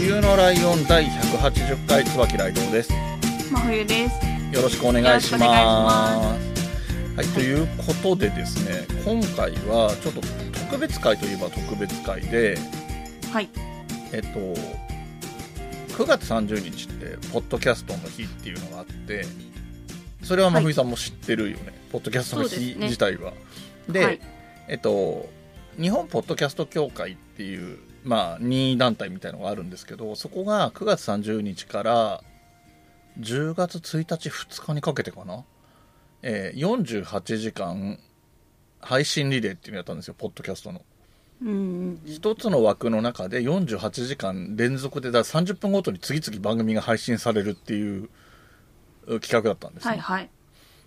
冬のライオン第180回椿ライドウです。真冬ですよろしくお願いしよます。はい、ということでですね、今回はちょっと特別会といえば特別会で、はいえっと、9月30日って、ポッドキャストの日っていうのがあって、それは真冬さんも知ってるよね、ポッドキャストのそうで日すね自体は。で、はいえっと、日本ポッドキャスト協会っていう、まあ、任意団体みたいのがあるんですけど、そこが9月30日から10月1日、2日にかけてかな、えー48時間配信リレーっていうのやったんですよ、ポッドキャストの。うん一つの枠の中で48時間連続でだから30分ごとに次々番組が配信されるっていうう企画だったんですね、はいはい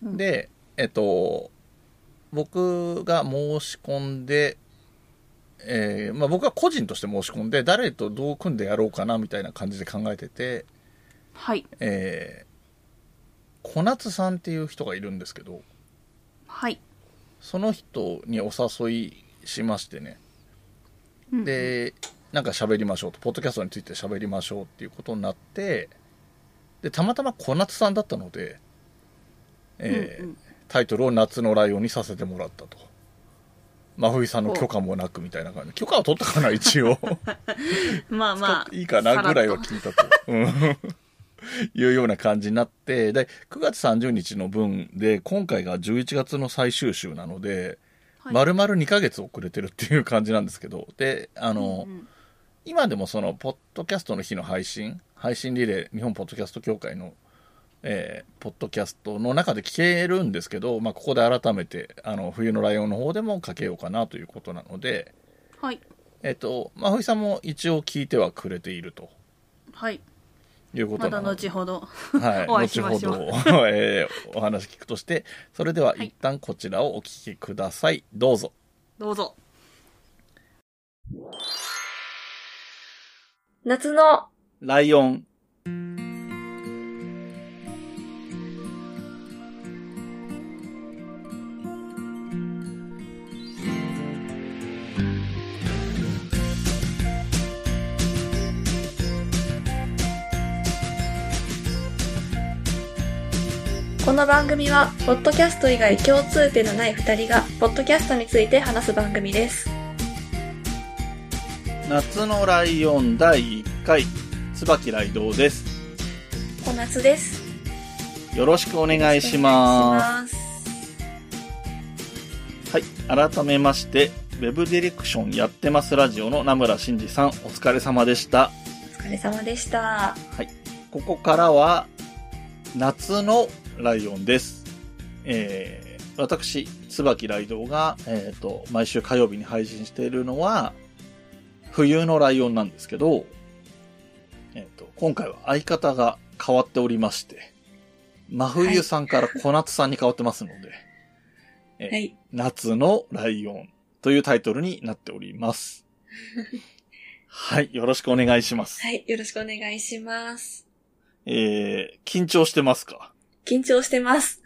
でえっと僕が申し込んで、えーまあ、僕は個人として申し込んで誰とどう組んでやろうかなみたいな感じで考えてて、はいえー小夏さんっていう人がいるんですけどはいその人にお誘いしましてねうんでなんか喋りましょうとポッドキャストについて喋りましょうっていうことになってでたまたま小夏さんだったので、えーうんうんタイトルを「夏のライオン」にさせてもらったと真冬さんの許可もなくみたいな感じ許可は取ったかな一 応まあまあ いいかなぐらいは聞いたと、うん、いうような感じになってで9月30日の分で今回が11月の最終週なので、はい丸々2ヶ月遅れてるっていう感じなんですけどであの、うん今でもそのポッドキャストの日の配信配信リレー日本ポッドキャスト協会の、えーポッドキャストの中で聞けるんですけど、まあ、ここで改めてあの冬のライオンの方でもかけようかなということなので、はいえっとまあ、冬さんも一応聞いてはくれているとはいいうことまなだので、後ほど はい、お会後いしまほしょうど、 えーお話聞くとしてそれでは一旦こちらをお聞きください、どうぞどうぞ夏のライオンこの番組はポッドキャスト以外共通点のない2人がポッドキャストについて話す番組です夏のライオン第1回椿雷道です小夏ですよろしくお願いしまお願いしますす。はい、改めまして、ウェブディレクションやってますラジオの名村真司さん、お疲れ様でした。お疲れ様でしたここからは、夏のライオンです。えー、私、椿ライドウが、えっ、と、毎週火曜日に配信しているのは、冬のライオンなんですけど、えっ、と、今回は相方が変わっておりまして、真冬さんから小夏さんに変わってますので、えーはい夏のライオンというタイトルになっております。はい、よろしくお願いします。はいよろしくお願いしますえー、緊張してますか緊張してます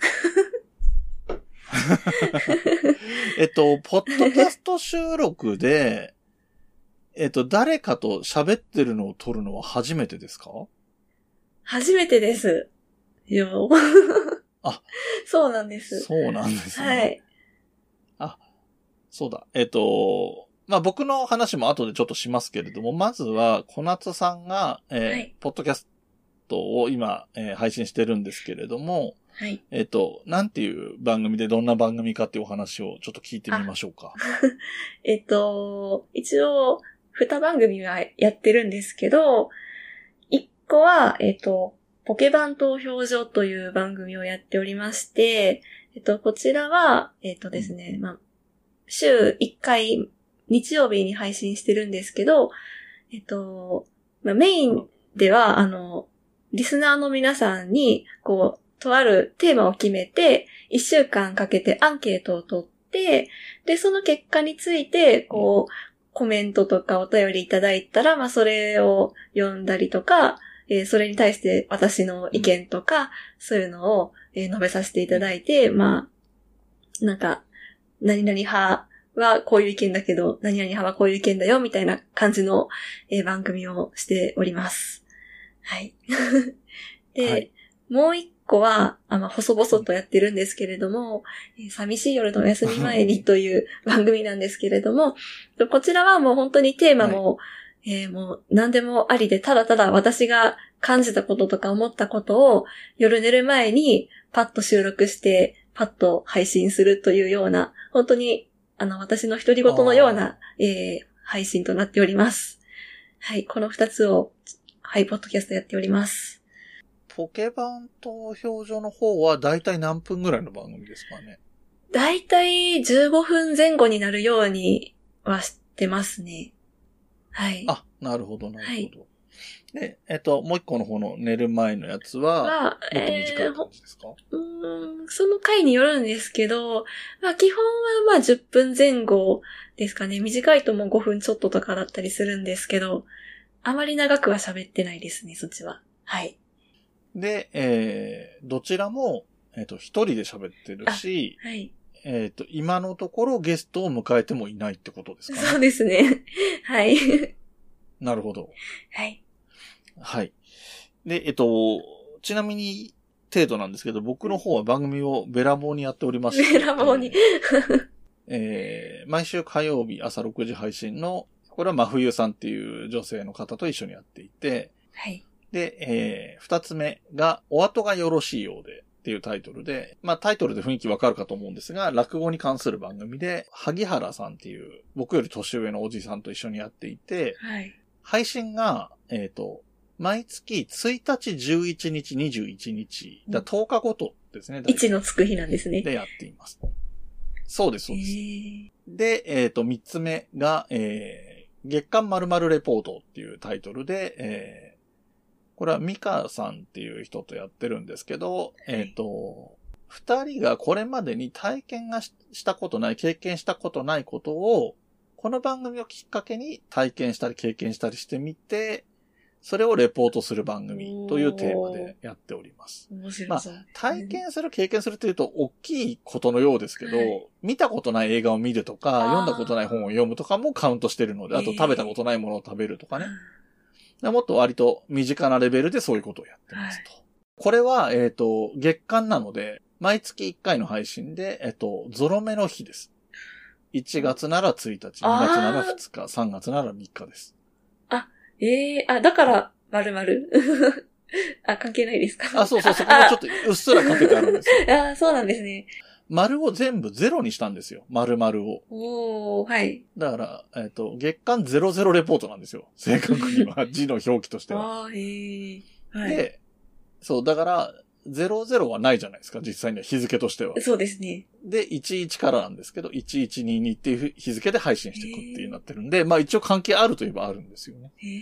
えっと、ポッドキャスト収録で、えっと、誰かと喋ってるのを撮るのは初めてですか初めてです。よ。あ、 そうなんです。そうなんですね。はい。そうだ。えっと、まあ、僕の話も後でちょっとしますけれども、まずは、小夏さんが、えーはいポッドキャストを今、えー配信してるんですけれども、はい。えっと、なんていう番組でどんな番組かっていうお話をちょっと聞いてみましょうか。えっと、一応、二番組はやってるんですけど、一個は、えっと、ポケバン投票所という番組をやっておりまして、えっと、こちらは、えっとですね、まあ、週1回日曜日に配信してるんですけど、えっと、まあ、メインでは、あの、リスナーの皆さんに、こう、とあるテーマを決めて、一週間かけてアンケートを取って、で、その結果について、こう、コメントとかお便りいただいたら、まあ、それを読んだりとか、えーそれに対して私の意見とか、そういうのを、えー述べさせていただいて、まあ、なんか、何々派はこういう意見だけど、何々派はこういう意見だよ、みたいな感じの、えー番組をしております。はい。 で、はいもう一個は、あまあ、細々とやってるんですけれども、えー寂しい夜のお休み前にという番組なんですけれども、 こちらはもう本当にテーマも、えーもう何でもありで、ただただ私が感じたこととか思ったことを夜寝る前にパッと収録して、パッと配信するというような、本当にあの私の独り言のような、えー配信となっております。はい、この二つを、はい、ポッドキャストやっております。ポケバン投票所の方はだいたい何分ぐらいの番組ですかね。だいたい15分前後になるようにはしてますね。はい。あ、なるほど、なるほど。で、えっと、もう一個の方の寝る前のやつは、は、もっと短えーい感じですか、うーんその回によるんですけど、まあ基本はまあ10分前後ですかね。短いともう5分ちょっととかだったりするんですけど、あまり長くは喋ってないですね、そっちは。はい。で、えー、どちらも、えっと、一人で喋ってるし、はい。えっと、今のところゲストを迎えてもいないってことですかねそうですね。 はい。なるほど。はい。はい。で、えっと、ちなみに、程度なんですけど、僕の方は番組をべらぼうにやっておりましべてらぼうに。 えー毎週火曜日朝6時配信の、これは真冬さんっていう女性の方と一緒にやっていて、はい。で、えー二つ目が、お後がよろしいようでっていうタイトルで、まあタイトルで雰囲気わかるかと思うんですが、落語に関する番組で、萩原さんっていう、僕より年上のおじさんと一緒にやっていて、はい。配信が、えっ、と、毎月1日、11日、21日、だ10日ごとですね、位大置体のつく日なんですね。でやっています。そうです、えそうです。ーで、えっ、と、三つ目が、えー、月刊〇〇レポートっていうタイトルで、えー、これはミカさんっていう人とやってるんですけど、えっ、と、二人がこれまでに体験がししたことない、経験したことないことを、この番組をきっかけに体験したり経験したりしてみて、それをレポートする番組というテーマでやっております。面白そう。体験する、経験するというと、大きいことのようですけど、はい見たことない映画を見るとあか、ー読んだことない本を読むとかもカウントしてるので、あえとー食べたことないものを食べるとかね。でもっと割と身近なレベルでそういうことをやってますと。これは、えっ、と、月間なので、毎月1回の配信で、えっ、と、ゾロ目の日です。1月なら1日、2月あーなら2日、3月なら3日です。ええー、あ、だから、まるまる。 あ、関係ないですかあ、そうそう、そこもちょっとうっすらかけてあるんですよ。ああ、そうなんですね。丸を全部ゼロにしたんですよ。丸々を。おー、はい。だから、えっ、と、月間00レポートな んですよ。正確には、字の表記としては。ああ、へえ。はい。で、そう、だから、00はないじゃないですか、実際には日付としては。そうですね。で、11からなんですけど、1122っていう日付で配信していくっていうなってるんで、まあ一応関係あるといえばあるんですよね。へえ。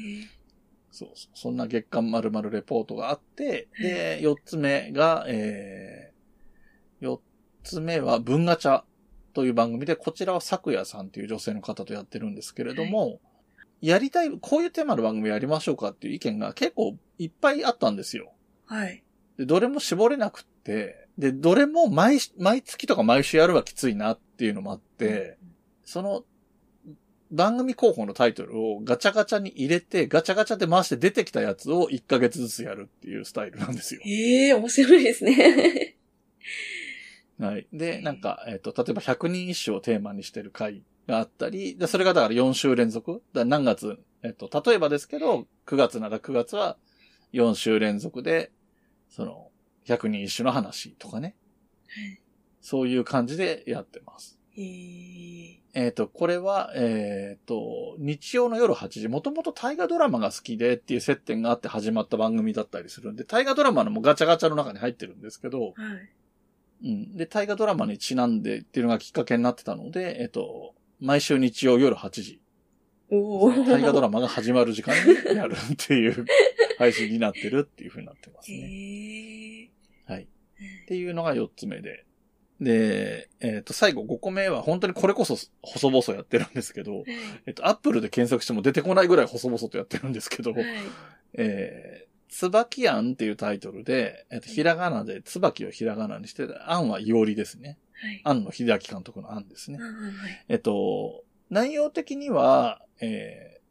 そうそう。そんな月間〇〇レポートがあって、で、4つ目が、えー、4つ目は文ガチャという番組で、こちらは咲夜さんという女性の方とやってるんですけれども、やりたい、こういうテーマの番組やりましょうかっていう意見が結構いっぱいあったんですよ。はい。で、どれも絞れなくって、で、どれも毎し、毎月とか毎週やるはきついなっていうのもあって、その、番組候補のタイトルをガチャガチャに入れて、ガチャガチャで回して出てきたやつを1ヶ月ずつやるっていうスタイルなんですよ。へえ、面白いですね。 はい。で、なんか、えっ、と、例えば100人一首をテーマにしてる回があったり、で、それがだから4週連続。だから何月、えっ、と、例えばですけど、9月なら9月は4週連続で、その、100人一首の話とかね。そういう感じでやってます。へえ。えっ、と、これは、えっ、と、日曜の夜8時、もともと大河ドラマが好きでっていう接点があって始まった番組だったりするんで、大河ドラマのもうガチャガチャの中に入ってるんですけはど、い。うん。で、大河ドラマにちなんでっていうのがきっかけになってたので、えっと、毎週日曜夜8時、おー大河ドラマが始まる時間にやるっていう配信になってるっていう風になってますへね。ーはい。っていうのが4つ目で。で、えっ、と、最後5個目は本当にこれこそ細々やってるんですけど、えっと、アップルで検索しても出てこないぐらい細々とやってるんですけどは、い。えー、つばきあんっていうタイトルで、えっと、ひらがなで、つばきをひらがなにして、あんはいおりですね。はい。あんの秀明監督のあんですねあ。はい。えっと、内容的には、えー、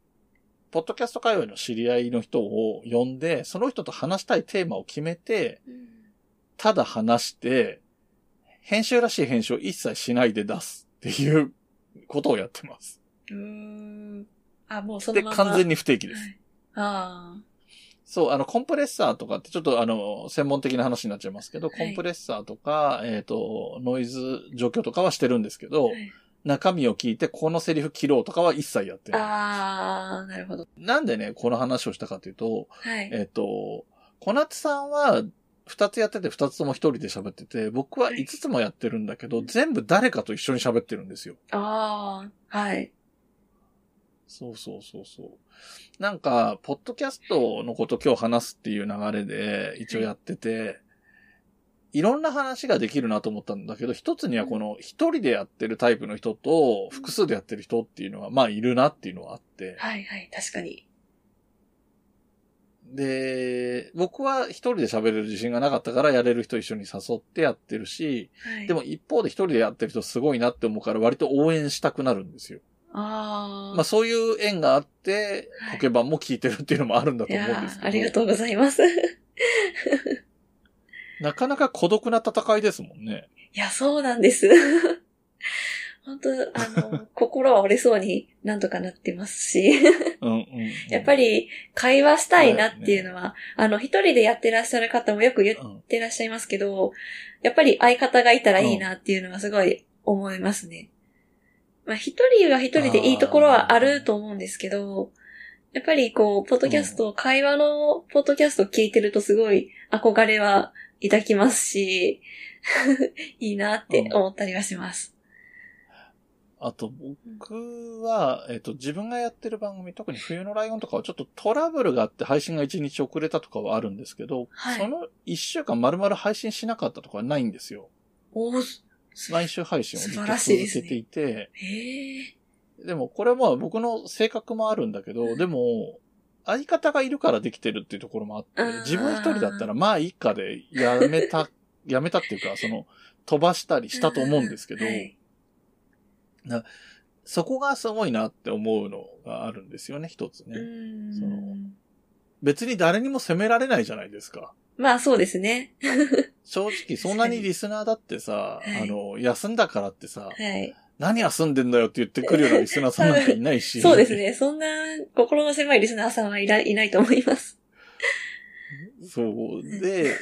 ポッドキャスト界隈の知り合いの人を呼んで、その人と話したいテーマを決めて、うんただ話して、編集らしい編集を一切しないで出すっていうことをやってます。うーん。あ、もうそので、まま。完全にに不定期です。あそう、あの、コンプレッサーとかって、ちょっとあの、専門的な話になっちゃいますけど、はいコンプレッサーとか、えっ、と、ノイズ除去とかはしてるんですけあ。ど、はい中身を聞いて、このセリフ切ろうとかは一切やってない。ああ、なるほど。なんでね、この話をしたかというと、はい。えっ、と、小夏さんは、二つやってて、二つとも一人で喋ってて、僕ははい五つもやってるんだけど、全部誰かと一緒に喋ってるんですよ。ああ、はい。そうそうそうそう。なんか、ポッドキャストのこと今日話すっていう流れで一応やってて、いろんな話ができるなと思ったんだけど、一つにはこの一人でやってるタイプの人と複数でやってる人っていうのは、まあいるなっていうのはあって、はいはい、確かに。で、僕は一人で喋れる自信がなかったからやれる人一緒に誘ってやってるし、はい。でも、一方で一人でやってる人すごいなって思うから割と応援したくなるんですよ。ああ。まあそういう縁があって、はいポケバンも聞いてるっていうのもあるんだいと思うんやですけーど。ありがとうご ざいます。いなかなか孤独な戦いですもんね。や、そうなん です。本当あ の、心は折れそうになんとかなってますし、うんうん、やっぱ、り会話したいなっていうのは、あの、一人でやってらっしゃる方もよく言っうん、てらっしゃいますけど、やっぱり相方がいたらいいなっていうのはすごい思いますね。まあ一人は一人でいいところはあると思うんですけど、やっぱりこう、ポッドキャスト、会話のポッドキャストを聞いてるとすごい憧れは抱きますし、 いいなって思ったりはします。あと僕は、えっ、と、自分がやってる番組、特に冬のライオンとかはちょっとトラブルがあって配信が1日遅れたとかはあるんですけど、はいその1週間丸々配信しなかったとかはないんですよ。おー、毎週配信をずっと素晴らしい続ですねけていて、へえ。でもこれはまあ僕の性格もあるんだけど、でも、相方がいるからできてるっていうところもあってうん、自分一人だったらまあいいかでや めた、やめたっていうか、その、飛ばしたりしたと思うんですけど、はいそこがすごいなって思うのがあるんですよね、一つうね。んその別に誰にも責められないじゃないですか。まあそうですね。正直、そんなにリスナーだってさ、はいあの、休んだからってさ、はい。何休んでんだよって言ってくるようなリスナーさんなんていないし。 そうです。ね。そんな心の狭いリスナーさんはいらいないと思います。そ う。で、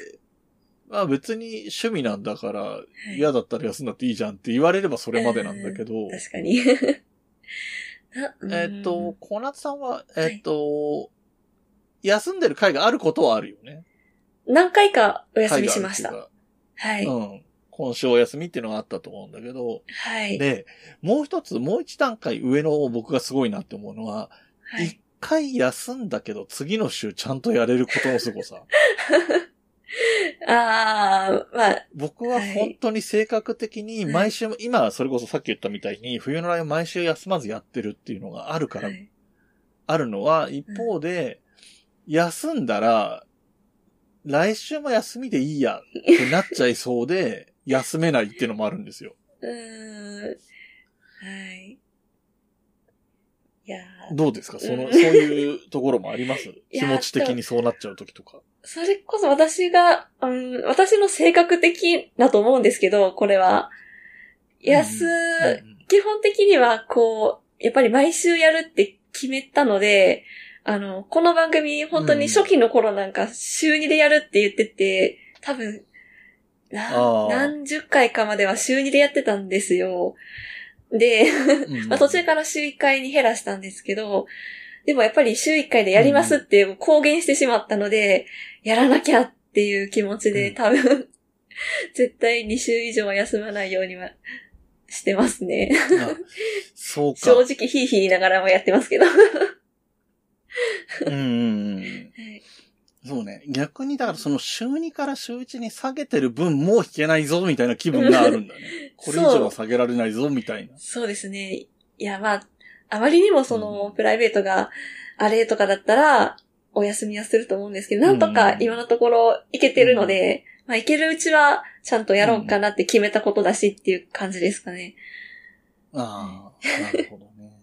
まあ別に趣味なんだから、はい嫌だったら休んだっていいじゃんって言われればそれまでなんだけど、確かに。 えっ、と、小夏さんは、えっ、と、休んでる回があることはあるよね。うん何回かおお休みしました。はい。うん。今週お休みっていうのがあったと思うんだけど、はい。で、もう一つ、もう一段階上の僕がすごいなって思うのは、は一い。回休んだけど次の週ちゃんとやれることの凄さ。ああ、まあ、僕は本当に性格的にはい毎週、今それこそさっき言ったみたいに冬のライオン毎週休まずやってるっていうのがあるから、はいあるのは一方で、休んだら、来週も休みでいいやってなっちゃいそう で、休めないっていうのもあるんですよ。うーん。はい。いやーどうですかその、うんそういうところもありますや気持ち的にそうなっちゃう時とか。それこそ私が、うん、私の性格的だと思うんですけど、これは。休、うん基本的には、こう、やっぱり毎週やるって決めたので、あの、この番組、本当に初期の頃なんか、週2でやるって言ってて、多分、あなー何十回かまでは週2でやってたんですよ。で、うんまあ途中から週1回に減らしたんですけど、でもやっぱり週1回でやりますって公言してしまったので、やらなきゃっていう気持ちでうん多分、絶対2週以上は休まないようにはしてますね。あそうか。正直ヒーヒー言いながらもやってますけど。はうんうんうん。いそうね。逆に、だからその週2から週1に下げてる分もう引けないぞ、みたいな気分があるんだ ね。これ以上は下げられないぞ、みたいな。そうですね。いや、まあ、あまりにもその、プライベートがあれとかだったら、お休みはすると思うんですけど、なんとかうん今のところいけてるので、まあ、いけるうちは、ちゃんとやろうかなって決めたことだしっていう感じですかね。ああ、なるほどね。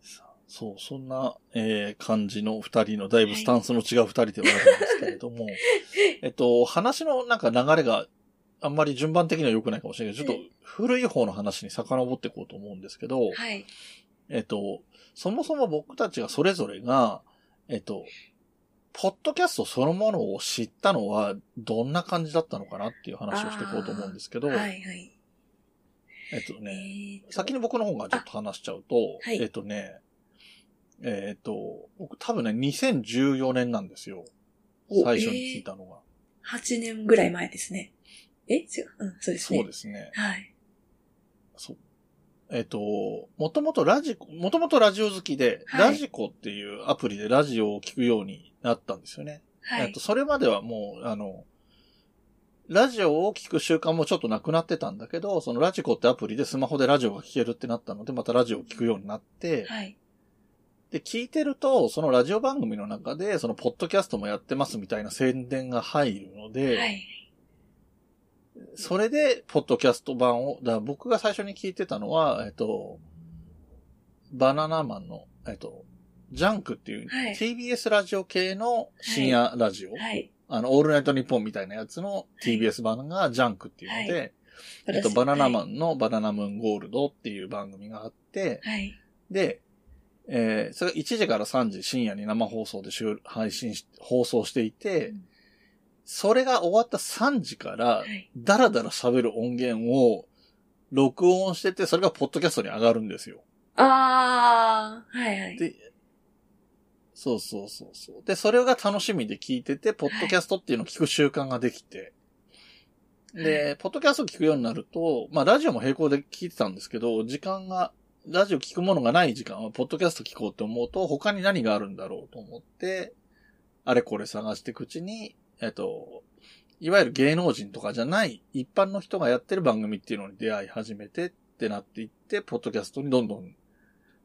さあそう、そんな、えー感じの二人の、だいぶスタンスの違う二人ではあるんですけれど も、えっと、話のなんか流れがあんまり順番的には良くないかもしれないけど、ちょっと古い方の話に遡っていこうと思うんですけど、はい。えっと、そもそも僕たちがそれぞれが、えっと、ポッドキャストそのものを知ったのはどんな感じだったのかなっていう話をしていこうと思うんですけど、はい、はい。えっとね、えーと先に僕の方がちょっと話しちゃうと、あはいえっとね、えっと、僕多分ね、2014年なんですよ。お最初に聞いたのが。 8年ぐらい前ですね。え違う。うん、そうですね。そうですね。はい。そう。えっと、もともとラジコ、もともとラジオ好きで、はいラジコっていうアプリでラジオを聞くようになったんですよね。はえっいと、。それまではもう、あの、ラジオを聞く習慣もちょっとなくなってたんだけど、そのラジコってアプリでスマホでラジオが聞けるってなったので、またラジオを聞くようになって、はい。で、聞いてると、そのラジオ番組の中で、そのポッドキャストもやってますみたいな宣伝が入るので、はい。それで、ポッドキャスト版を、だから僕が最初に聞いてたのは、えっと、バナナマンの、えっと、ジャンクっていう、はい TBS ラジオ系の深夜ラジオ、はい。あの、オールナイトニッポンみたいなやつの TBS 版がジャンクっていうので、えっと、私バナナマはンのバナナムーンゴールドっていう番組があって、い。はい。で、えーそれが1時から3時深夜に生放送で収配信し、放送していて、うんそれが終わった3時からは、い。だらだら喋る音源を録音してて、それがポッドキャストに上がるんですよ。あー。はいはい。で、そうそうそうそう。で、それが楽しみで聞いてて、ポッドキャストっていうのを聞く習慣ができて、で、ポッドキャストを聞くようになると、まあ、ラジオも並行で聞いてたんですけど、時間が、ラジオ聞くものがない時間は、ポッドキャスト聞こうって思うと、他に何があるんだろうと思って、あれこれ探していくうちに、えっと、いわゆる芸能人とかじゃない、一般の人がやってる番組っていうのに出会い始めてってなっていって、ポッドキャストにどんどん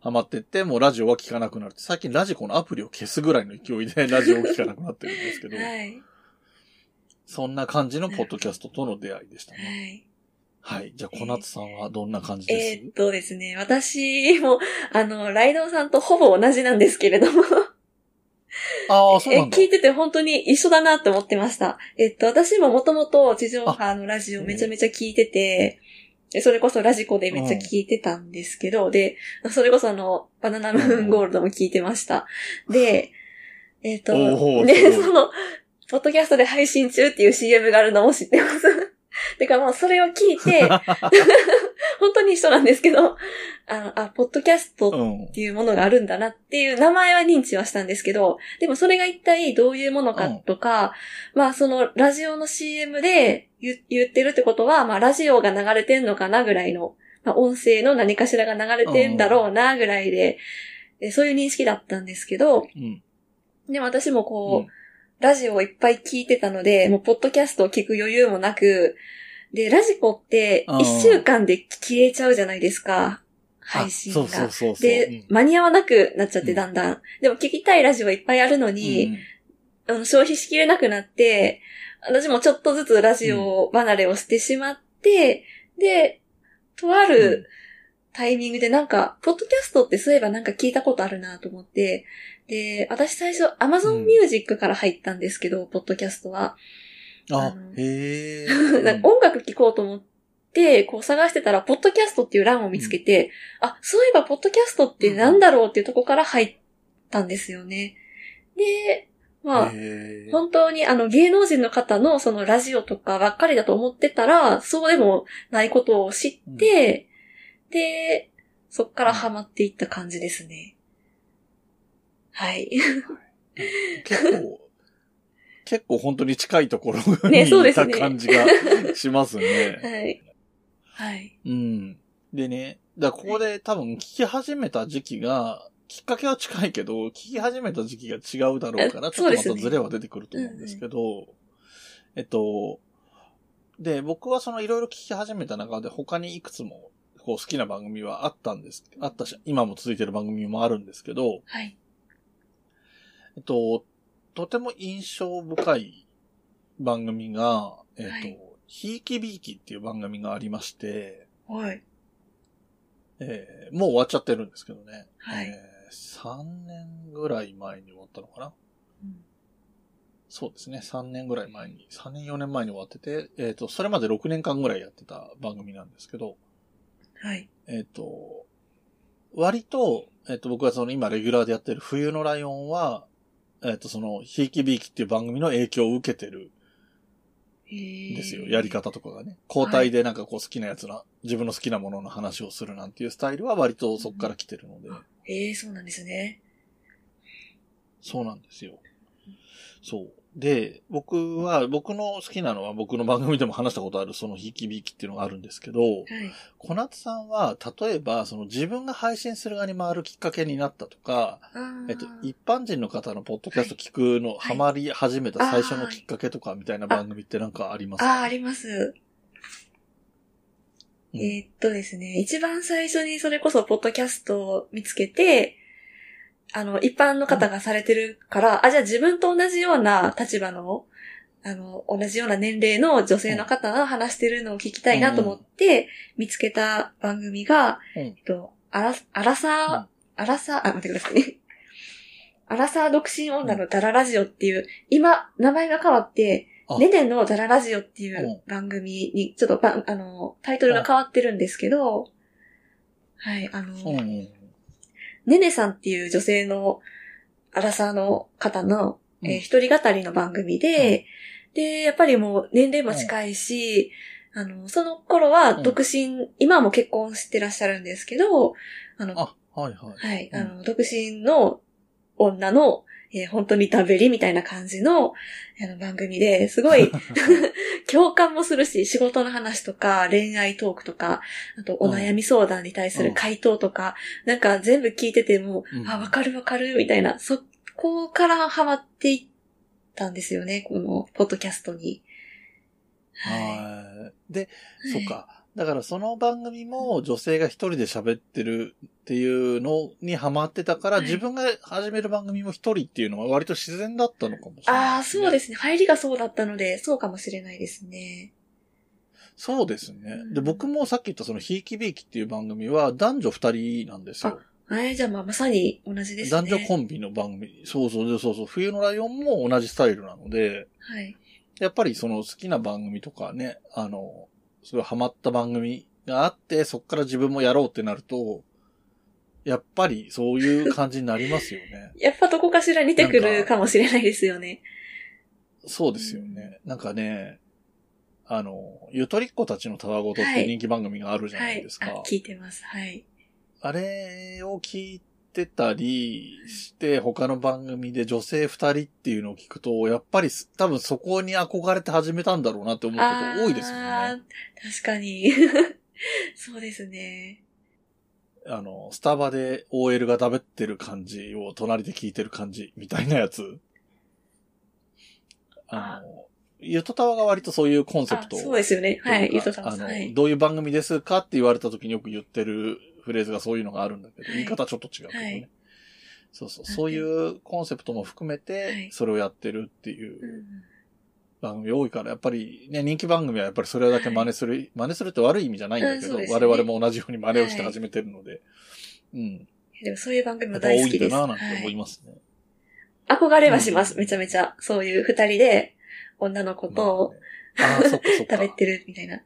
ハマってって、もうラジオは聞かなくなるって。最近ラジコのアプリを消すぐらいの勢いでラジオを聞かなくなってるんですけ ど、はい。そんな感じのポッドキャストとの出会いでしたね。はい。はい。じゃあ、小夏さんはどんな感じです、えーっとですね、私も、あの、ライドウさんとほぼ同じなんですけれども、ああ、そうえなんだ聞。いてて本当に一緒だなって思ってました。えっと、私ももともと地上波のラジオめちゃめちゃ聞いてて、でそれこそラジコでめっちゃ聞いてたんですけど、で、それこそあの、バナナムーンゴールドも聞いてました。で、えっと、おーすね、ごいその、ポッドキャストで配信中っていう CM があるのも知ってます。 てかもうそれを聞い て、本当に一緒なんですけど、あの、あ、ポッドキャストうんっ。ていうものがあるんだなっていう名前は認知はしたんですけど、でもそれが一体どういうものかとか、まあそのラジオの CM で言言ってるってことは、まあラジオが流れてんのかなぐらいの、まあ音声の何かしらが流れてんだろうなぐらいで、えそういう認識だったんですけど、うん。でも私もこう、うんラジオをいっぱい聞いてたので、もうポッドキャストを聞く余裕もなく、で、ラジコってうん一週間で消えちゃうじゃないですか、配信あが。そうそうそうそう。で、間に合わなくなっちゃって、だんだん。でも聞きたいラジオいっぱいあるのうんに、あの消費しきれなくなって、私もちょっとずつラジオ離れをしてしまって、で、とあるタイミングでなんか、ポッドキャストってそういえばなんか聞いたことあるなと思って、で、私最初 Amazon Music から入ったんですけど、ポッドキャストは。うんああの、へえ。 なんか音楽聴こうと思って、こう探してたら、ポッドキャストっていう欄を見つけて、あ、そういえばポッドキャストってなんだろうっていうとこから入ったんですよね。で、まあ、へー本当にあの芸能人の方のそのラジオとかばっかりだと思ってたら、そうでもないことを知って、で、そっからハマっていった感じですね。はい。結構、結構本当に近いところにねそうでいすたね 感じがしますね。はい。はい。うん。でね、だからここで多分聞き始めた時期が、きっかけは近いけど、聞き始めた時期が違うだろえうから、ちょっとまそうですたねズレは出てくると思うんですけど、えっと、で、僕はそのいろいろ聞き始めた中で他にいくつもこう好きな番組はあったんです、あったし、今も続いてる番組もあるんですけど、はい。えっと、とても印象深い番組が、えっと、はいひいきびいきっていう番組がありまして、はい。えーもう終わっちゃってるんですけどね。はいえー3年ぐらい前に終わったのかなそうですね。3年ぐらい前に、3年4年前に終わってて、えっ、と、それまで6年間ぐらいやってた番組なんですけど、はい。えっ、と、割と、えっ、と、僕がその今レギュラーでやってる冬のライオンは、えっ、と、その、ひいきびいきっていう番組の影響を受けてるんですよ。やり方とかがね。交代でなんかこう好きなやつな、自分の好きなものの話をするなんていうスタイルは割とそっから来てるので。ええー、そうなんですね。そうなんですよ。そう。で、僕は、僕の好きなのは僕の番組でも話したことあるそのひいきびいきっていうのがあるんですけど、はい。小夏さんは、例えば、その自分が配信する側に回るきっかけになったとか、あえっと、一般人の方のポッドキャスト聞くの、ハマり始めた最初のきっかけとかみたいな番組ってなんかありますああ、かあります。うんえーっとですね、一番最初にそれこそポッドキャストを見つけて、あの、一般の方がされてるから、あ、じゃあ自分と同じような立場の、あの、同じような年齢の女性の方が話してるのを聞きたいなと思って、見つけた番組が、うんえっと、アラ、アラサー、アラサー、あ、待ってくださいね。アラサー独身女のダララジオっていう、今、名前が変わってあ、ネデンのダララジオっていうんう番組に、ちょっとばん、あの、タイトルが変わってるんですけど、はい、あうんうの、ん。ネネさんっていう女性のアラサーの方の、えーうん一人語りの番組で、で、やっぱりもう年齢も近いし、あの、その頃は独身、今はもう結婚してらっしゃるんですけど、あの、あ、はいはい。はい。うんあの、独身の女の、えー本当に食べりみたいな感じの、あの、番組で、すご い、共感もするし、仕事の話とか、恋愛トークとか、あと、お悩み相談に対する回答とか、なんか全部聞いてても、うんあ、わかるわかる、みたいな、そこからハマっていったんですよね、この、ポッドキャストに。ははい。で、い。そっか。だからその番組も女性が一人で喋ってるっていうのにハマってたから、はい自分が始める番組も一人っていうのは割と自然だったのかもしれない、ああ、そうですね。すね。入りがそうだったので、そうかもしれないですね。そうですねう。んで、僕もさっき言ったそのひいきびいきっていう番組は男女二人なんですよ。えー、じゃあまあ、まさに同じですね。男女コンビの番組。そうそうでそうそう。冬のライオンも同じスタイルなので、はい。。やっぱりその好きな番組とかね、あの、すごいハマった番組があって、そっから自分もやろうってなると、やっぱりそういう感じになりますよね やっぱどこかしら似てくるかもしれないですよね。そうですよね。なんかね、あの、ゆとりっ子たちのたわごとっはてい人気番組があるじゃなはいいで。すか。あ、聞いてます。はい。あれを聞いてたりして、他の番組で女性二人っていうのを聞くと、やっぱりす多分そこに憧れて始めたんだろうなって思うこと多いですよね。ああー確かに。 そうですね。の、スタバで OL が食べってる感じを隣で聞いてる感じみたいなやつ。あの、ゆとたわが割とそういうコンセあプ、トをそうですよね。はい。ゆとたまあさん。の、はい。どういう番組ですかって言われた時によく言ってるフレーズがそういうのがあるんだけど、はい言い方ちょっと違うけどね。はいそうそう、そういうコンセプトも含めはてい、それをやってるってういうん番組多いから、やっぱりね、人気番組はやっぱりそれだけ真似する、真似するって悪い意味じゃないんだけうんど、そうですね我々も同じように真似をして始めてるので、うん。でもそういう番組もやっぱ大多好いきんです。だなはなんて思いい、ますね。憧れはします。うんめちゃめちゃ。そういう二人で女の子まあとねあー、そっかそっか。食べてるみたいな。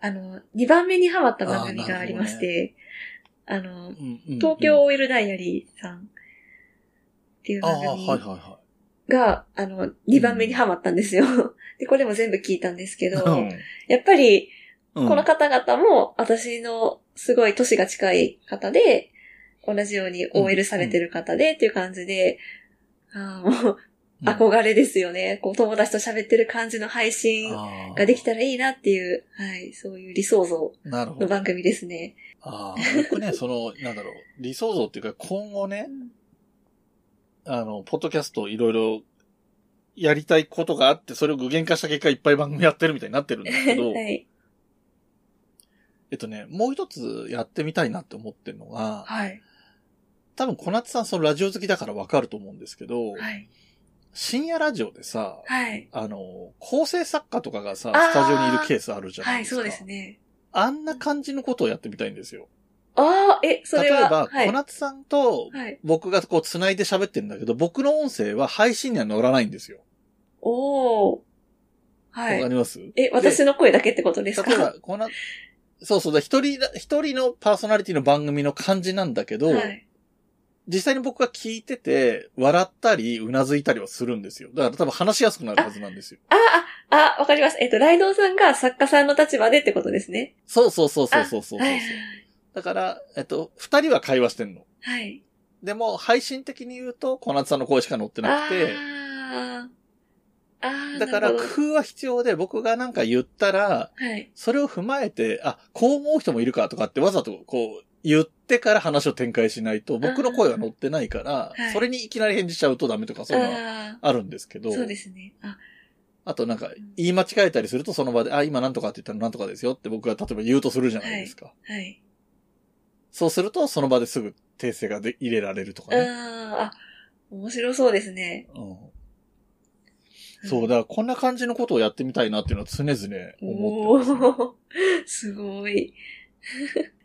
あの、二番目にハマった番組がありまして、あの、うんうんうん東京 OL ダイアリーさんっていうああ、番はい組はいはが、あの、2番目にハマったんですよ。で、これも全部聞いたんですけど、い。やっぱり、うんこの方々も私のすごい年が近い方で、同じように OL されてる方でっていう感じで、ああ、もう、うん憧れですよね。こう、友達と喋ってる感じの配信あーができたらいいなっていう、はい、そういう理想像なるほのど。番組ですね。ああ、僕ね、その、なんだろう、理想像っていうか、今後ね、あの、ポッドキャストいろいろやりたいことがあって、それを具現化した結果いっぱい番組やってるみたいになってるんですけ ど、はい。えっとね、もう一つやってみたいなって思ってるのが、はい。多分小夏さんそのラジオ好きだからわかると思うんですけど、はい。深夜ラジオでさ、はい。あの、構成作家とかがさ、あースタジオにいるケースあるじゃなはいい、ですそか。うですね。あんな感じのことをやってみたいんですよ。ああ、え、そ例れえはば、、はい小。夏さんとはい。僕がこう繋いで喋ってるんだけど、僕の音声は配信には乗らないんですよ。おー。わ、はかい。りますえ、私の声だけってことですか例えば、こんな、そうそうだ、一人だ、一人のパーソナリティの番組の感じなんだけど、はい。実際に僕が聞いてて、笑ったり、うなずいたりはするんですよ。だから多分話しやすくなるはずなん ですよ。ああ、あ、わかります。えっと、ライドウさんが作家さんの立場でってことですね。そうそうそうそうそうそうそう。はい。 だから、えっと、二人は会話してんの。はい。でも、配信的に言うと、小夏さんの声しか載ってなくて、ああ。ああ。だからなる工ほど夫は必要で、僕がなんか言ったら、はい。それを踏まえて、あ、こう思う人もいるかとかってわざとこう言ってから話を展開しないと、僕の声が乗ってないから、はいそれにいきなり返事しちゃうとダメとかそういうのあはあるんですけあ。ど、そうですね。あ、あとなんか言い間違えたりするとその場で、あ、今なんとかって言ったらなんとかですよって僕が例えば言うとするじゃないですか。はい。そうするとその場ですぐ訂正がで入れられるとかあね。あ、あ、面白そうですね。うんそう、だからこんな感じのことをやってみたいなっていうのは常々思おってますね、ーすごい。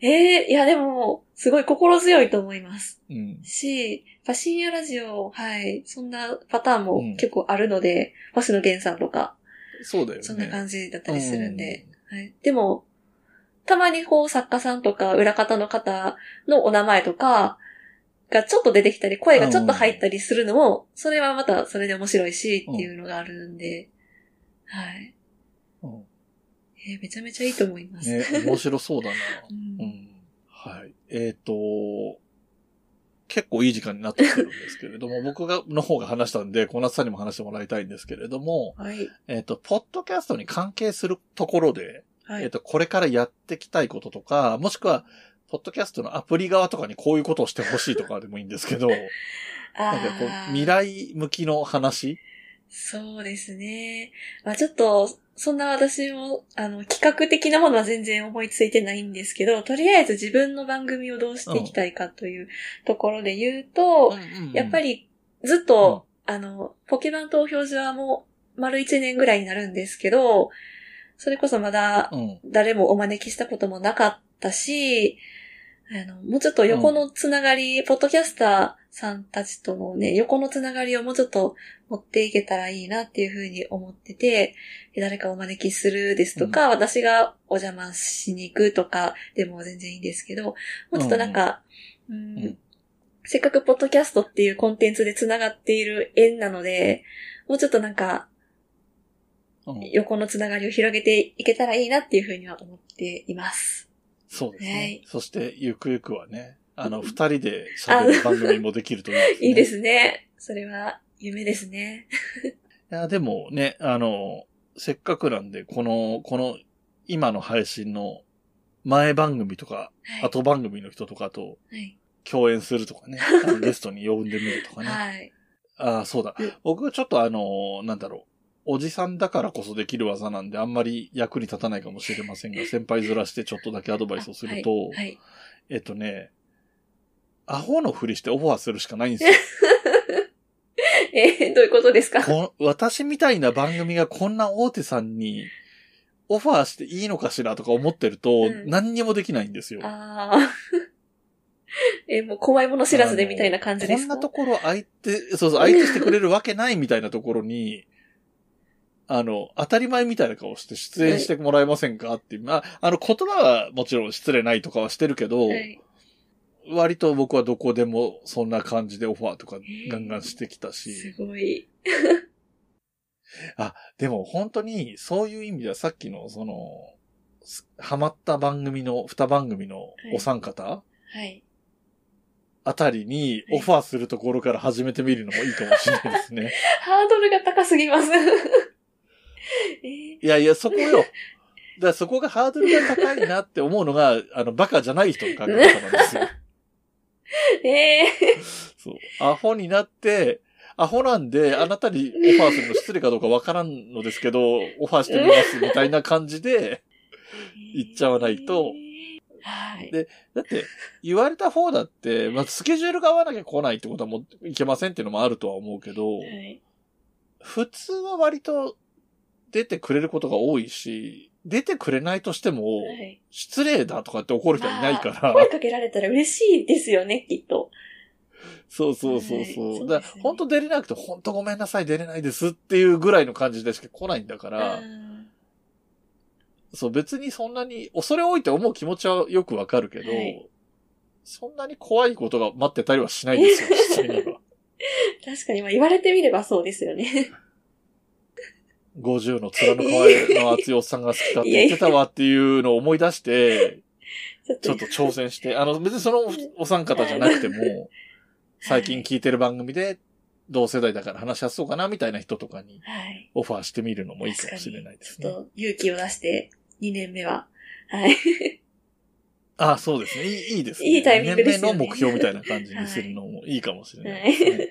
ええいやでも、すごい心強いと思います。うん。し、やっぱ深夜ラジオ、はい、そんなパターンもうん結構あるので、星野源さんとか、そうだよね。そんな感じだったりするんで。はい、でも、たまにこう作家さんとか裏方の方のお名前とかがちょっと出てきたり、声がちょっと入ったりするのも、それはまたそれで面白いしっていうのがあるんで、はい。うん。うんえーめちゃめちゃいいと思います。ね、面白そうだな。うんうんはい。えっ、と、結構いい時間になってきてるんですけれども、僕が、の方が話したんで、小夏さんにも話してもらいたいんですけれども、はい。えっ、と、ポッドキャストに関係するところで、はえっ、と、これからやってきたいこととか、もしくは、ポッドキャストのアプリ側とかにこういうことをしてほしいとかでもいいんです けど、なんかあこう、ー未来向きの話そうですね。まあちょっと、そんな私も、あの、企画的なものは全然思いついてないんですけど、とりあえず自分の番組をどうしていきたいかというところで言うと、やっぱ、りずっと、あの、ポケバン投票所はもう丸1年ぐらいになるんですけど、それこそまだうんうん、誰もお招きしたこともなかったし、あの、もうちょっと横のつながり、ポッドキャスターさんたちとのね、横のつながりをもうちょっと持っていけたらいいなっていうふうに思ってて、誰かお招きするですとか、私がお邪魔しに行くとかでも全然いいんですけど、もうちょっとなんか、うんうんせっかくポッドキャストっていうコンテンツでつながっている縁なので、もうちょっとなんか、うんうん横のつながりを広げていけたらいいなっていうふうには思っています。そうですね。はいそして、ゆくゆくはね、あの、二人で喋る番組もできるといいです、ね。いいで。すね。それは夢ですね。いや、でもね、あの、せっかくなんで、この、この、今の配信の前番組とか、はい。後番組の人とかとはい。共演すると かね、あのゲストに呼んでみるとかね。はい。ああ、そうだうん。僕ちょっとあの、なんだろう。おじさんだからこそできる技なんで、あんまり役に立たないかもしれ ませんが、先輩ずらしてちょっとだけアドバイスをすると、はいはい。えっとね、アホのふりしてオファーするしかないん ですよ。えーどういうことですかこ私みたいな番組がこんな大手さんにオファーしていいのかしらとか思ってると、うん何にもできないんですよ。ああ。 えーもう怖いもの知らずでみたいな感じでこんすかなところ相手、そうそう、相手してくれるわけないみたいなところに、 あの、当たり前みたいな顔して出演してもらえませんかっていう。まあ、あの、言葉はもちろん失礼ないとかはしてるけど、はい。割と僕はどこでもそんな感じでオファーとかガンガンしてきたし。すごい。でも本当にそういう意味ではさっきのその、すハマった番組の、二番組のお三方、はい。あたりにオファーするところから始めてみるのもいいかもしれないですね。ハードルが高すぎます。え ーいやいや、そこよ。だからそこがハードルが高いなって思うのが、あの、バカじゃない人の考え方なんですよ。えそう。アホになって、アホなんで、あなたにオファーするの失礼かどうかわからんのですけど、オファーしてみますみたいな感じで、ー行っちゃわないと。はい。だって、言われた方だって、まあ、スケジュールが合わなきゃ来ないってことはもういけませんっていうのもあるとは思うけど、はい普通は割と出てくれることが多いし、出てくれないとしても、はい。失礼だとかって怒る人はいないかまあ声ら、かけられたら嬉しいですよね、きっと。そうそうそうそう。はいそうだですね本当出れなくて、本当ごめんなさい、出れないですっていうぐらいの感じでしか来ないんだから、うんそう別にそんなに恐れ多いって思う気持ちはよくわかるけど、はいそんなに怖いことが待ってたりはしないで すよ、実際には。確かに、まあ言われてみればそうですよね。 50の面の皮の厚いおっさんが好きだって言ってたわっていうのを思い出 して、ちょっちょっと挑戦して、あの、別にそのお三方じゃなく ても、最近聞いてる番組で同世代だから話し合そうかなみたいな人とかにはい。オファーしてみるのもいい確かかもにしれないですちょっね。と勇気を出して、2年目は。はい。ああ、そうですね。いいいいですね。いいタイミングですよね二年目の目標みたいな感じにするのもいいかもしれないですね。は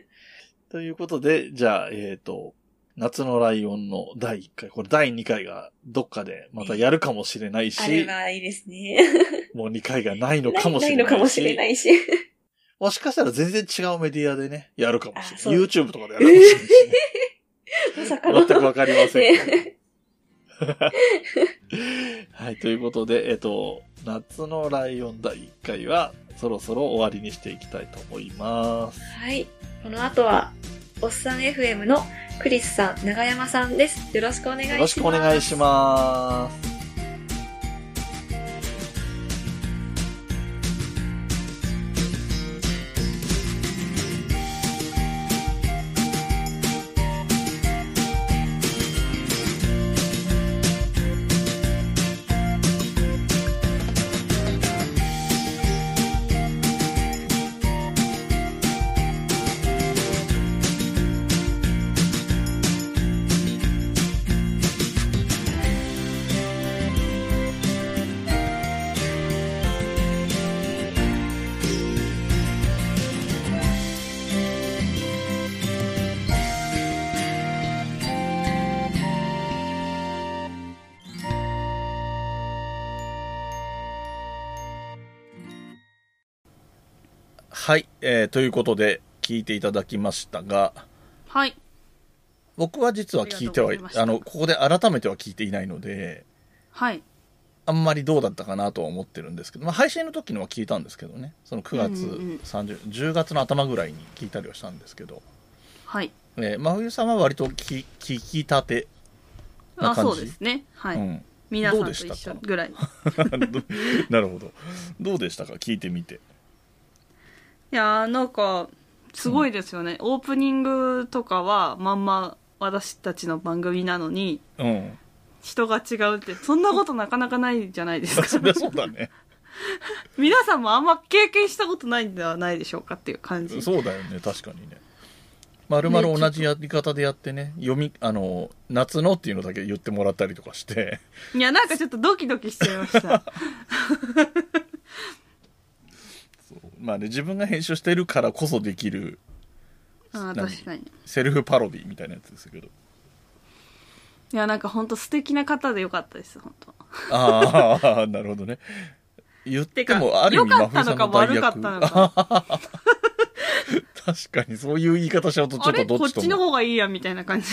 ということで、じゃあ、えっ、と、夏のライオンの第1回、これ第2回がどっかでまたやるかもしれないあれし、ばいいですね。もう2回がないのかもしれなないいのし。かもしれないし。もしかしたら全然違うメディアでね、やるかもしあれそうない。YouTube とかでやるかもしれないしね。まさかの。 全くわかりませんけどね はい、ということで、えっと、夏のライオン第1回は、そろそろ終わりにしていきたいと思います。はい。この後は、おっさん FM のクリスさん、長山さんです。よろしくお願いします。よろしくお願いします。はい、えーということで、聞いていただきましたが、はい。僕は実は聞いてあはりがとうございまし、たあの、ここで改めては聞いていないので、はい。あんまりどうだったかなとは思ってるんですけど、まあ、配信の時のは聞いたんですけどねその9月うんうんうん30、10月の頭ぐらいに聞いたりはしたんですけど、はい。えー、真冬さんは割と聞聞きたてなあ、感じそうですね。はうい。ん、 皆さんとど一うでした緒かぐらい。いどなるほどどうでしたか聞いてみてやー、なんか、すごいですよね。オープニングとかは、まんま私たちの番組なのに、うん 人が違うって、そんなことなかなかないじゃな いですか。そりゃそうだね皆さんもあんま経験したことないんではないでしょうかっていう感じ。そうだよね確かにねまるまる同じやり方でやってね読みあの夏のっていうのだけ言ってもらったりとかしていや、なんかちょっとドキドキしちゃ いました。そうまあね自分が編集してるからこそできるあー何確かに。セルフパロディみたいなやつですけどいや、なんか本当素敵な方でよかったです、本当。ああ、なるほどね。言っても、ある意味、てか真冬さんの代良役。かったのか確かに、そういう言い方しちゃうと、ちょあっとれどこっっちとちのも。方がいいや、みたいな 感じ。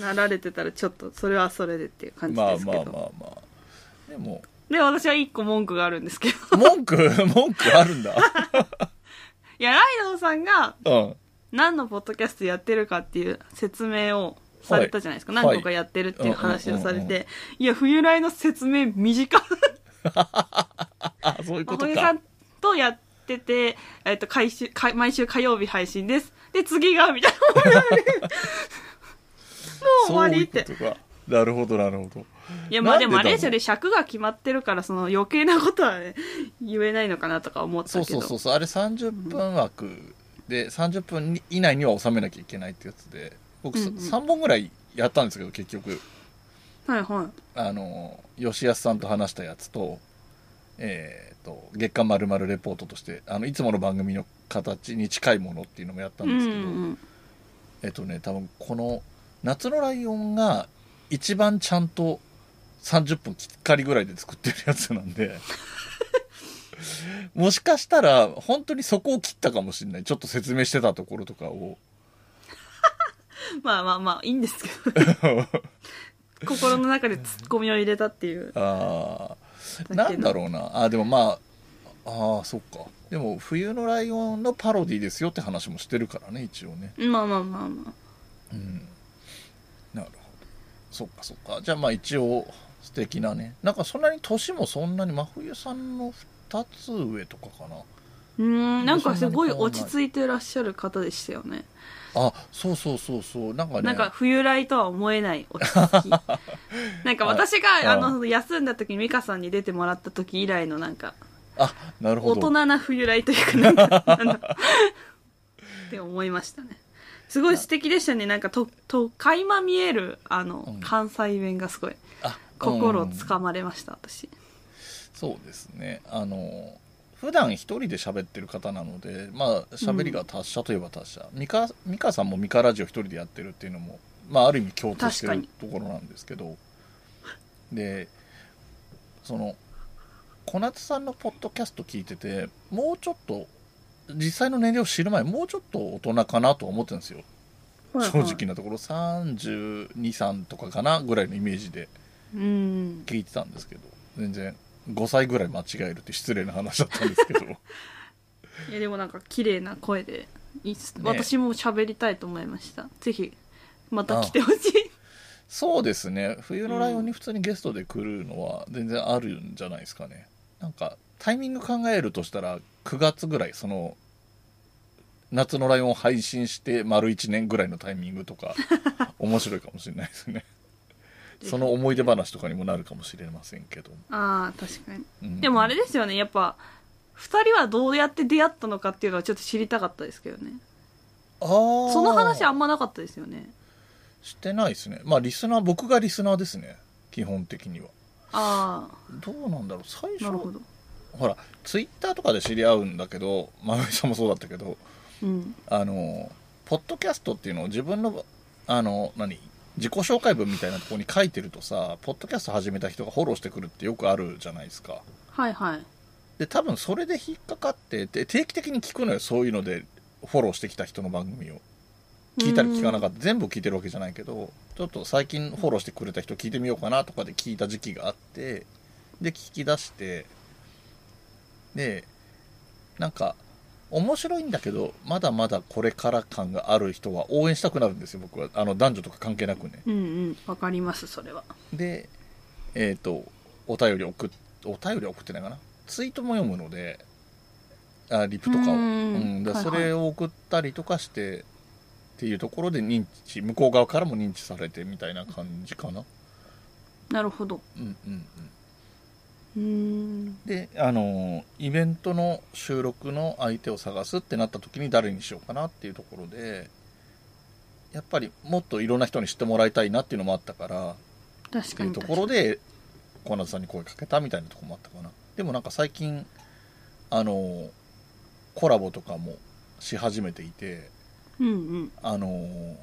なられてたらちょっと、それはそれでっていう感じまあですけまど。あまあまあ。でも、で、私は一個文句があるんですけど。 文句、文句あるんだ。いや、ライドウさんがうん。何のポッドキャストやってるかっていう説明をされたじゃないですか。はい何個かやってるっていう話をさはいうんうれんうんて。いや、冬来の説明短い。あ、そういうこまとほゆさか。んとやってて、えっ、と、回収、か毎週火曜日配信です。で、次が、みたいな。もう終わりってそういうことかなるほど、なるほど。いや、まあでもなあんでだろうれですよね、尺が決まってるから、その余計なことはね、言えないのかなとか思ったけそうど。そうそうそう、あれ30分枠で、30分に以内には収めなきゃいけないってやつで、僕、うんうん3本ぐらいやったんですけど、結局、はいはあの、吉安さんと話したやつと、えっ、と、月刊まるレポートとして、あの、いつもの番組の形に近いものっていうのもやったい。んですけど、うんうんえっとね、多分この夏のライオンが一番ちゃんと30分きっかりぐらいで作ってるやつなんで、 もしかしたら本当にそこを切ったかもしれない。ちょっと説明してたところとかを。 まあまあまあ、いいんですけど。 心の中で突っ込みを入れたっていう。あーだなけどんだろうな。あーでもまあ、ああ、そっか。でも冬のライオンのパロディですよって話もしてるからね、一応ね。まあまあまあまあ。うんなるほどそっかそっかじゃあまあ一応素敵なねなんかそんなに年もそんなに真冬さんの2つ上とかかなうーん、なんかすごい落ち着いてらっしゃる方でしたよね。あそうそうそうそうなんかねなんか冬来とは思えない落ち着 き。なんか私いが、あの、休んだ時に美香さんに出てもらった時以来のなんか、あなるほ大ど人な冬来というか、な んか、あのって思いましたね。すごい素敵でしたね。なんかと、と、垣間見える、あの、うん関西弁がすごい、あ心をうんつかまれました、私。そうですねあの普段一人で喋ってる方なのでまあ喋りが達者といえば達者、ミカミカさんもミカラジオ一人でやってるっていうのも、まあ、ある意味共通して確るかところなんですけどでその小夏さんのポッドキャスト聞いててもうちょっと実際の年齢を知る前もうちょっと大人かなとは思ってたんですよはい正はい直。なところ323とかかなぐらいのイメージでうん。聞いてたんですけど全然5歳ぐらい間違えるって失礼な話だったんです けどいや、でもなんか、綺麗な声で、いいっす私も喋りたいと思いました。ぜひ、また来てほしい。そうですね冬のライオンに普通にゲストで来るのは全然あるんじゃないですかねなんかタイミング考えるとしたら9月ぐらいその夏のライオンを配信して丸1年ぐらいのタイミングと か面白いかもしれないですねその思い出話とかにもなるかもしれませんけど、 ああ、確かに。うんでもあれですよね、やっぱ、二人はどうやって出会ったのかっていうのはちょっと知りたかったですけどね。あーその話あんまなかったですよね。してないですねまあリスナー僕がリスナーですね基本的にはあどうなんだろう最初あ、なるほほど。らツイッターとかで知り合うんだけどまゆみさんもそうだったけどうん。あのポッドキャストっていうのを自分のあの何自己紹介文みたいなところに書いてるとさポッドキャスト始めた人がフォローしてくるってよくあるじゃないですかはいはい。で多分それで引っかかってで定期的に聞くのよそういうのでフォローしてきた人の番組を聞いたり聞かなかっった、全部聞いてるわけじゃないけどちょっと最近フォローしてくれた人聞いてみようかなとかで聞いた時期があってで聞き出してでなんか面白いんだけどまだまだこれから感がある人は応援したくなるんですよ僕はあの男女とか関係なくねた。うんうん。わかります、それは。でえっ、とお便り送っお便りは送ってないかなツイートも読むのであリプとかをうーんうんだからそはいはいれを送ったりとかしてっていうところで認知向こう側からも認知されてみたいな感じかななるほど。うんうんうんうーん。であのイベントの収録の相手を探すってなった時に誰にしようかなっていうところでやっぱりもっといろんな人に知ってもらいたいなっていうのもあったから確ってかいにうところで小夏さんに声かけたみたいなところもあったかなでもなんか最近あのコラボとかもし始めていて確かにうんうん。あの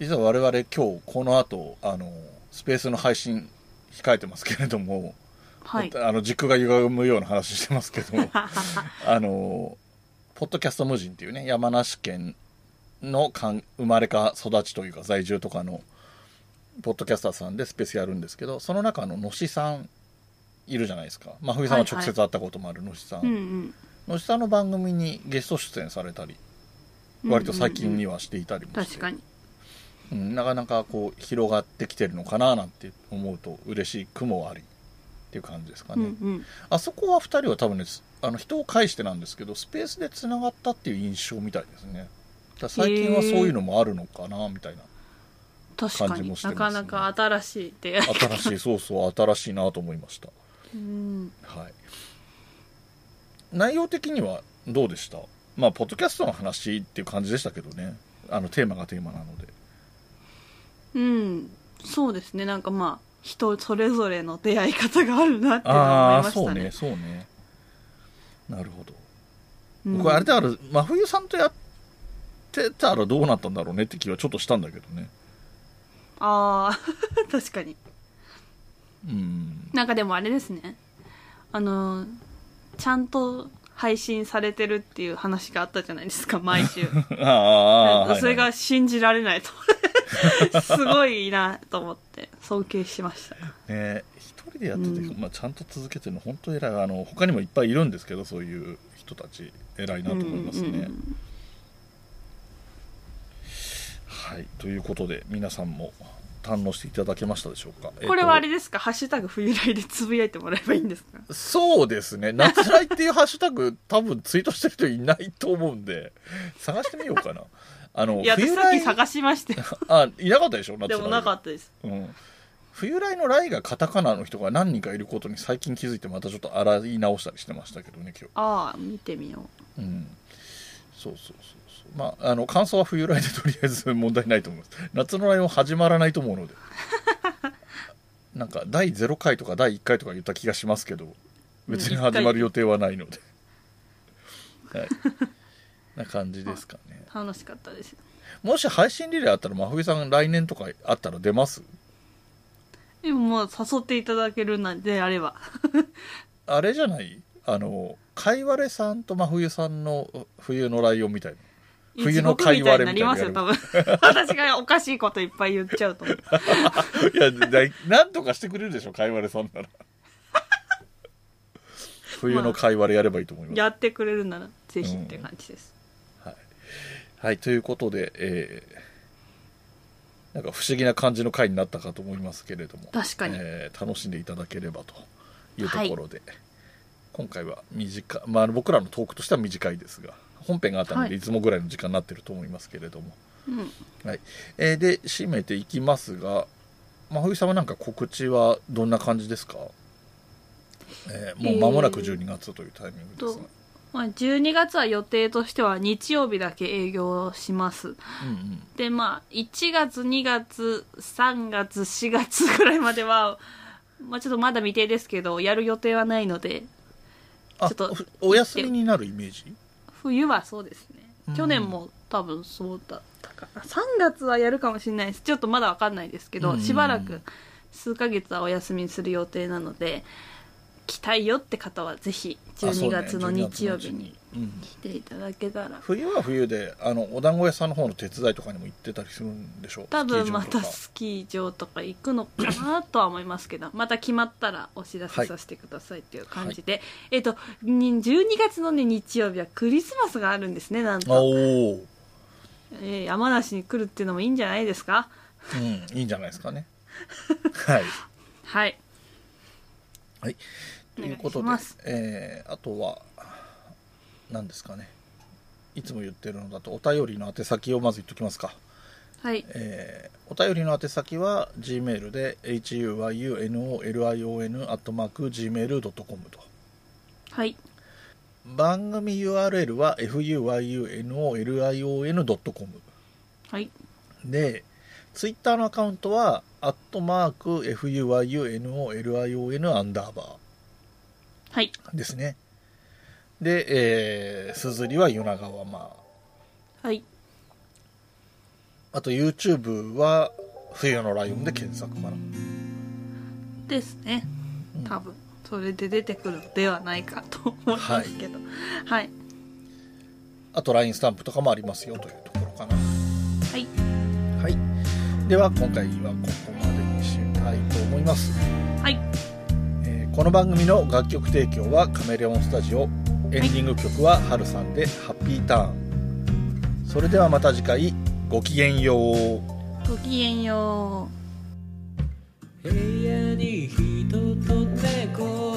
実は我々今日この後あのスペースの配信控えてますけれども、はい。あの軸が歪むような話してますけど はあのポッドキャスト無人っていうね山梨県のかん生まれか育ちというか在住とかのポッドキャスターさんでスペースやるんですけどその中の野志さんいるじゃないですか真冬さんは直接会ったこともある野志さん、うんうん。野志さんの番組にゲスト出演されたり割と最近にはしていたりもうんうんうん。して、確かに。うん、なかなかこう広がってきてるのかななんて思うと嬉しい雲ありっていう感じですかうんね、うん。あそこは2人は多分ねすあの人を介してなんですけどスペースでつながったっていう印象みたいですねだから最近はそういうのもあるのかなみたいな確か感じにもしてなまかす、なか新しい出会い、新しいそうそう新しいなと思いましたうん、はい内容的にはどうでしたまあポッドキャストの話っていう感じでしたけどねあのテーマがテーマなのでうん、そうですねなんかまあ人それぞれの出会い方があるなっていうのあは思いあそましたうねねそうねなるほどうん僕あれだから真冬さんとやってたらどうなったんだろうねって気はちょっとしたんだけどねあー 確かにうんなんかでもあれですねあのちゃんと配信されてるっていう話があったじゃないです か毎週ああああああそれはがい信じられない とすごいなと思って尊敬しましたはいね一人でやってて、うんまあ、ちゃんと続けてるの本当偉いあの他にもいっぱいいるんですけどそういう人たち偉いなと思いますね、うんうんうんはいということで皆さんも堪能していただけましたでしょうかこれはあれえっですか「ハッシュタグ冬来」でつぶやいてもらえばいいんですかとそうですね「夏来」っていうハッシュタグ多分ツイートしてる人いないと思うんで探してみようかなあの いや私冬さっ来き探しましたよあいなかったでしょ夏来でもなかったですうん、冬来の来がカタカナの人が何人かいることに最近気づいてまたちょっと洗い直したりしてましたけどね今ああ見てみよう日うんそうそうそうそうまああの感想は冬来でとりあえず問題ないと思います夏の来も始まらないと思うのでなんか第0回とか第1回とか言った気がしますけど別に始まる予定はないので、はいな感じですかね楽しかったですもし配信リレーあったら真冬さん来年とかあったら出ますでももう誘っていただけるなんであればあれじゃないあの、かいわれさんと真冬さんのう冬のライオンみたいな。冬の会話みたいにな貝り割まれすみよた多 分私がおかしいこといっぱい言っちゃうと思う いや、だいなんとかしてくれるでしょ、かいわれさん なら。冬のかいわれやればいいと思います。やってくれるならぜひって感じです、はい、ということで、えーなんか不思議な感じの回になったかと思いますけれども、確かに、えー楽しんでいただければというところで、今回は短い、まあ、僕らのトークとしては短いですが、本編があったのはで、いいつもぐらいの時間になってると思いますけれども、うんえーで締めていきますが真冬さんはなんか告知はどんな感じですか、えーもう間もなくえー12月というタイミングですね、まあ、12月は予定としては日曜日だけ営業しますうんでまあ1月2月3月4月ぐらいまでは、まあ、ちょっとまだ未定ですけどやる予定はないのでうん、ちょっとあふお休みになるイメージ冬はそうですねうん去年も多分そうだったかな3月はやるかもしれないですちょっとまだわかんないですけうどんしばらく数ヶ月はお休みする予定なので来たいよって方はぜひあそう12ね月の日曜12月日にの日うん来ていただけたら冬は冬であのお団子屋さんの方の手伝いとかにも行ってたりするんでしょう多分またススキー場とか行くのかなとは思いますけどまた決まったらお知らはせいさせてくださいっていう感じで、えっ、とに12月の、ね、日曜日はクリスマスがあるんですねなんキー場とかあおーと、えー山梨に来るっていうのもいいんじゃないですかうんいいんじゃないですか ねはいはいはい、おとい願いうことでします、えーあとは何ですかねいつも言ってるのだとお便りの宛先をまず言っときますか、はいえーお便りの宛先は g メールで huynolion.gmail.com とはい番組 URL は fuyunolion.com はいで、ツイッターのアカウントは、アットマーク、FUYUNOLION アンダーバはいーですね。で、えー、すずりは夜長はまあ。はいあと YouTube は、冬のライオンで検索かな。ですねうん多分それで出てくるのではないかと思いますけどはいあと LINE スタンプとかもありますよというところかな。はいはい。では、今回はここまでにしたいと思います。はいえーこの番組の楽曲提供はカメレオンスタジオエンディング曲はハルさんで「ハッピーターン」それではまた次回ごきげんようごきげんよう部屋に人と猫